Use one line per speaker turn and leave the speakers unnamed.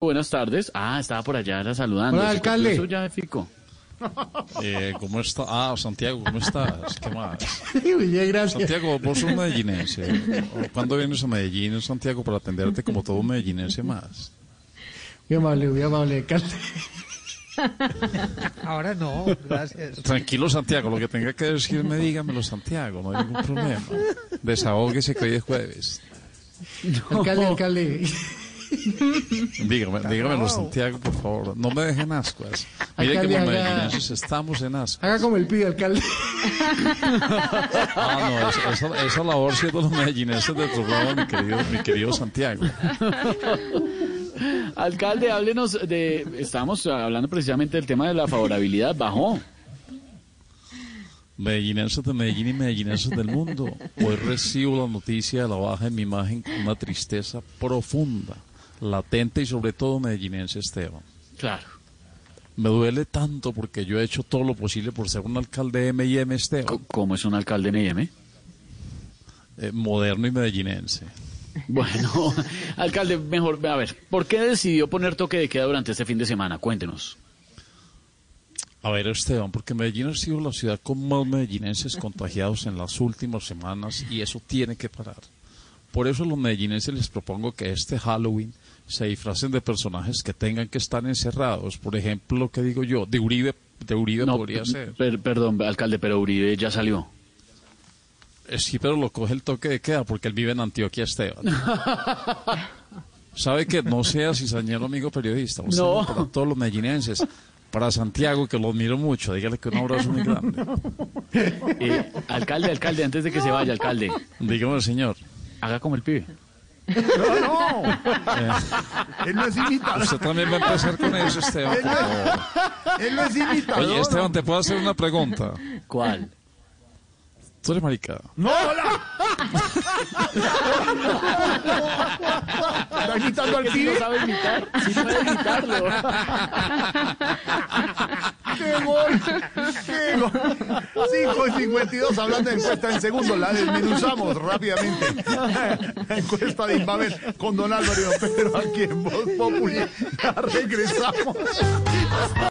Buenas tardes. Ah, estaba por allá la saludando.
Hola,
Se copió
alcalde.
Eso ya me ficó.
Eh, ¿Cómo está? Ah, Santiago, ¿cómo estás? ¿Qué más?
Oye, gracias.
Santiago, vos sos medellinense. ¿O ¿Cuándo vienes a Medellín, Santiago, para atenderte como todo medellinense más?
Muy amable, muy amable, alcalde.
Ahora no, gracias.
Tranquilo, Santiago, lo que tenga que decirme, dígamelo, Santiago, no hay ningún problema. Desahóguese que hoy es jueves.
Alcalde, alcalde.
Dígame, dígamelo, Santiago, por favor. No me dejen ascuas. Mire que
Alcalde,
como
haga-
medellinenses estamos en ascuas.
Haga como el pibe, alcalde.
Ah, no, esa, esa, esa labor siendo los medellinenses del programa, mi querido, mi querido Santiago.
Alcalde, háblenos de. Estábamos hablando precisamente del tema de la favorabilidad. Bajó.
Medellinenses de Medellín y medellinenses del mundo. Hoy recibo la noticia de la baja en mi imagen con una tristeza profunda, latente y sobre todo medellinense Esteban.
Claro.
Me duele tanto porque yo he hecho todo lo posible por ser un alcalde M y M Esteban,
¿Cómo es un alcalde en E IM?
eh, moderno y medellinense.
Bueno, alcalde, mejor, a ver, ¿por qué decidió poner toque de queda durante este fin de semana? Cuéntenos.
A ver, Esteban, porque Medellín ha sido la ciudad con más medellinenses contagiados en las últimas semanas y eso tiene que parar. Por eso a los medellinenses les propongo que este Halloween se disfracen de personajes que tengan que estar encerrados. Por ejemplo, lo que digo yo, de Uribe, de Uribe podría ser.
per- perdón, alcalde, pero Uribe ya salió.
Eh, Sí, pero lo coge el toque de queda porque él vive en Antioquia, Esteban. Sabe que no sea cizañero amigo periodista. Un saludo
No.
Para todos los medellinenses. Para Santiago, que lo admiro mucho. Dígale que un abrazo muy grande.
Eh, alcalde, alcalde, antes de que se vaya, alcalde,
Dígame, señor.
haga como el pibe.
No, no. Él no es
Ah,
imitador.
Usted también va a empezar con eso, Esteban. por favor.
Él no es imitador.
Oye,
este-
Esteban, ¿te puedo hacer una pregunta?
¿Cuál?
Tú eres maricada.
No, hola. Está imitando al
Si no
pibe.
sabe imitar, si puede imitarlo.
¡Qué gol! ¡Qué gol! 5 y 52 hablando de encuesta en segundos. La desmenuzamos rápidamente. La encuesta de Inbamer con Don Álvaro y Don Pedro aquí en Voz Populi. Ya regresamos.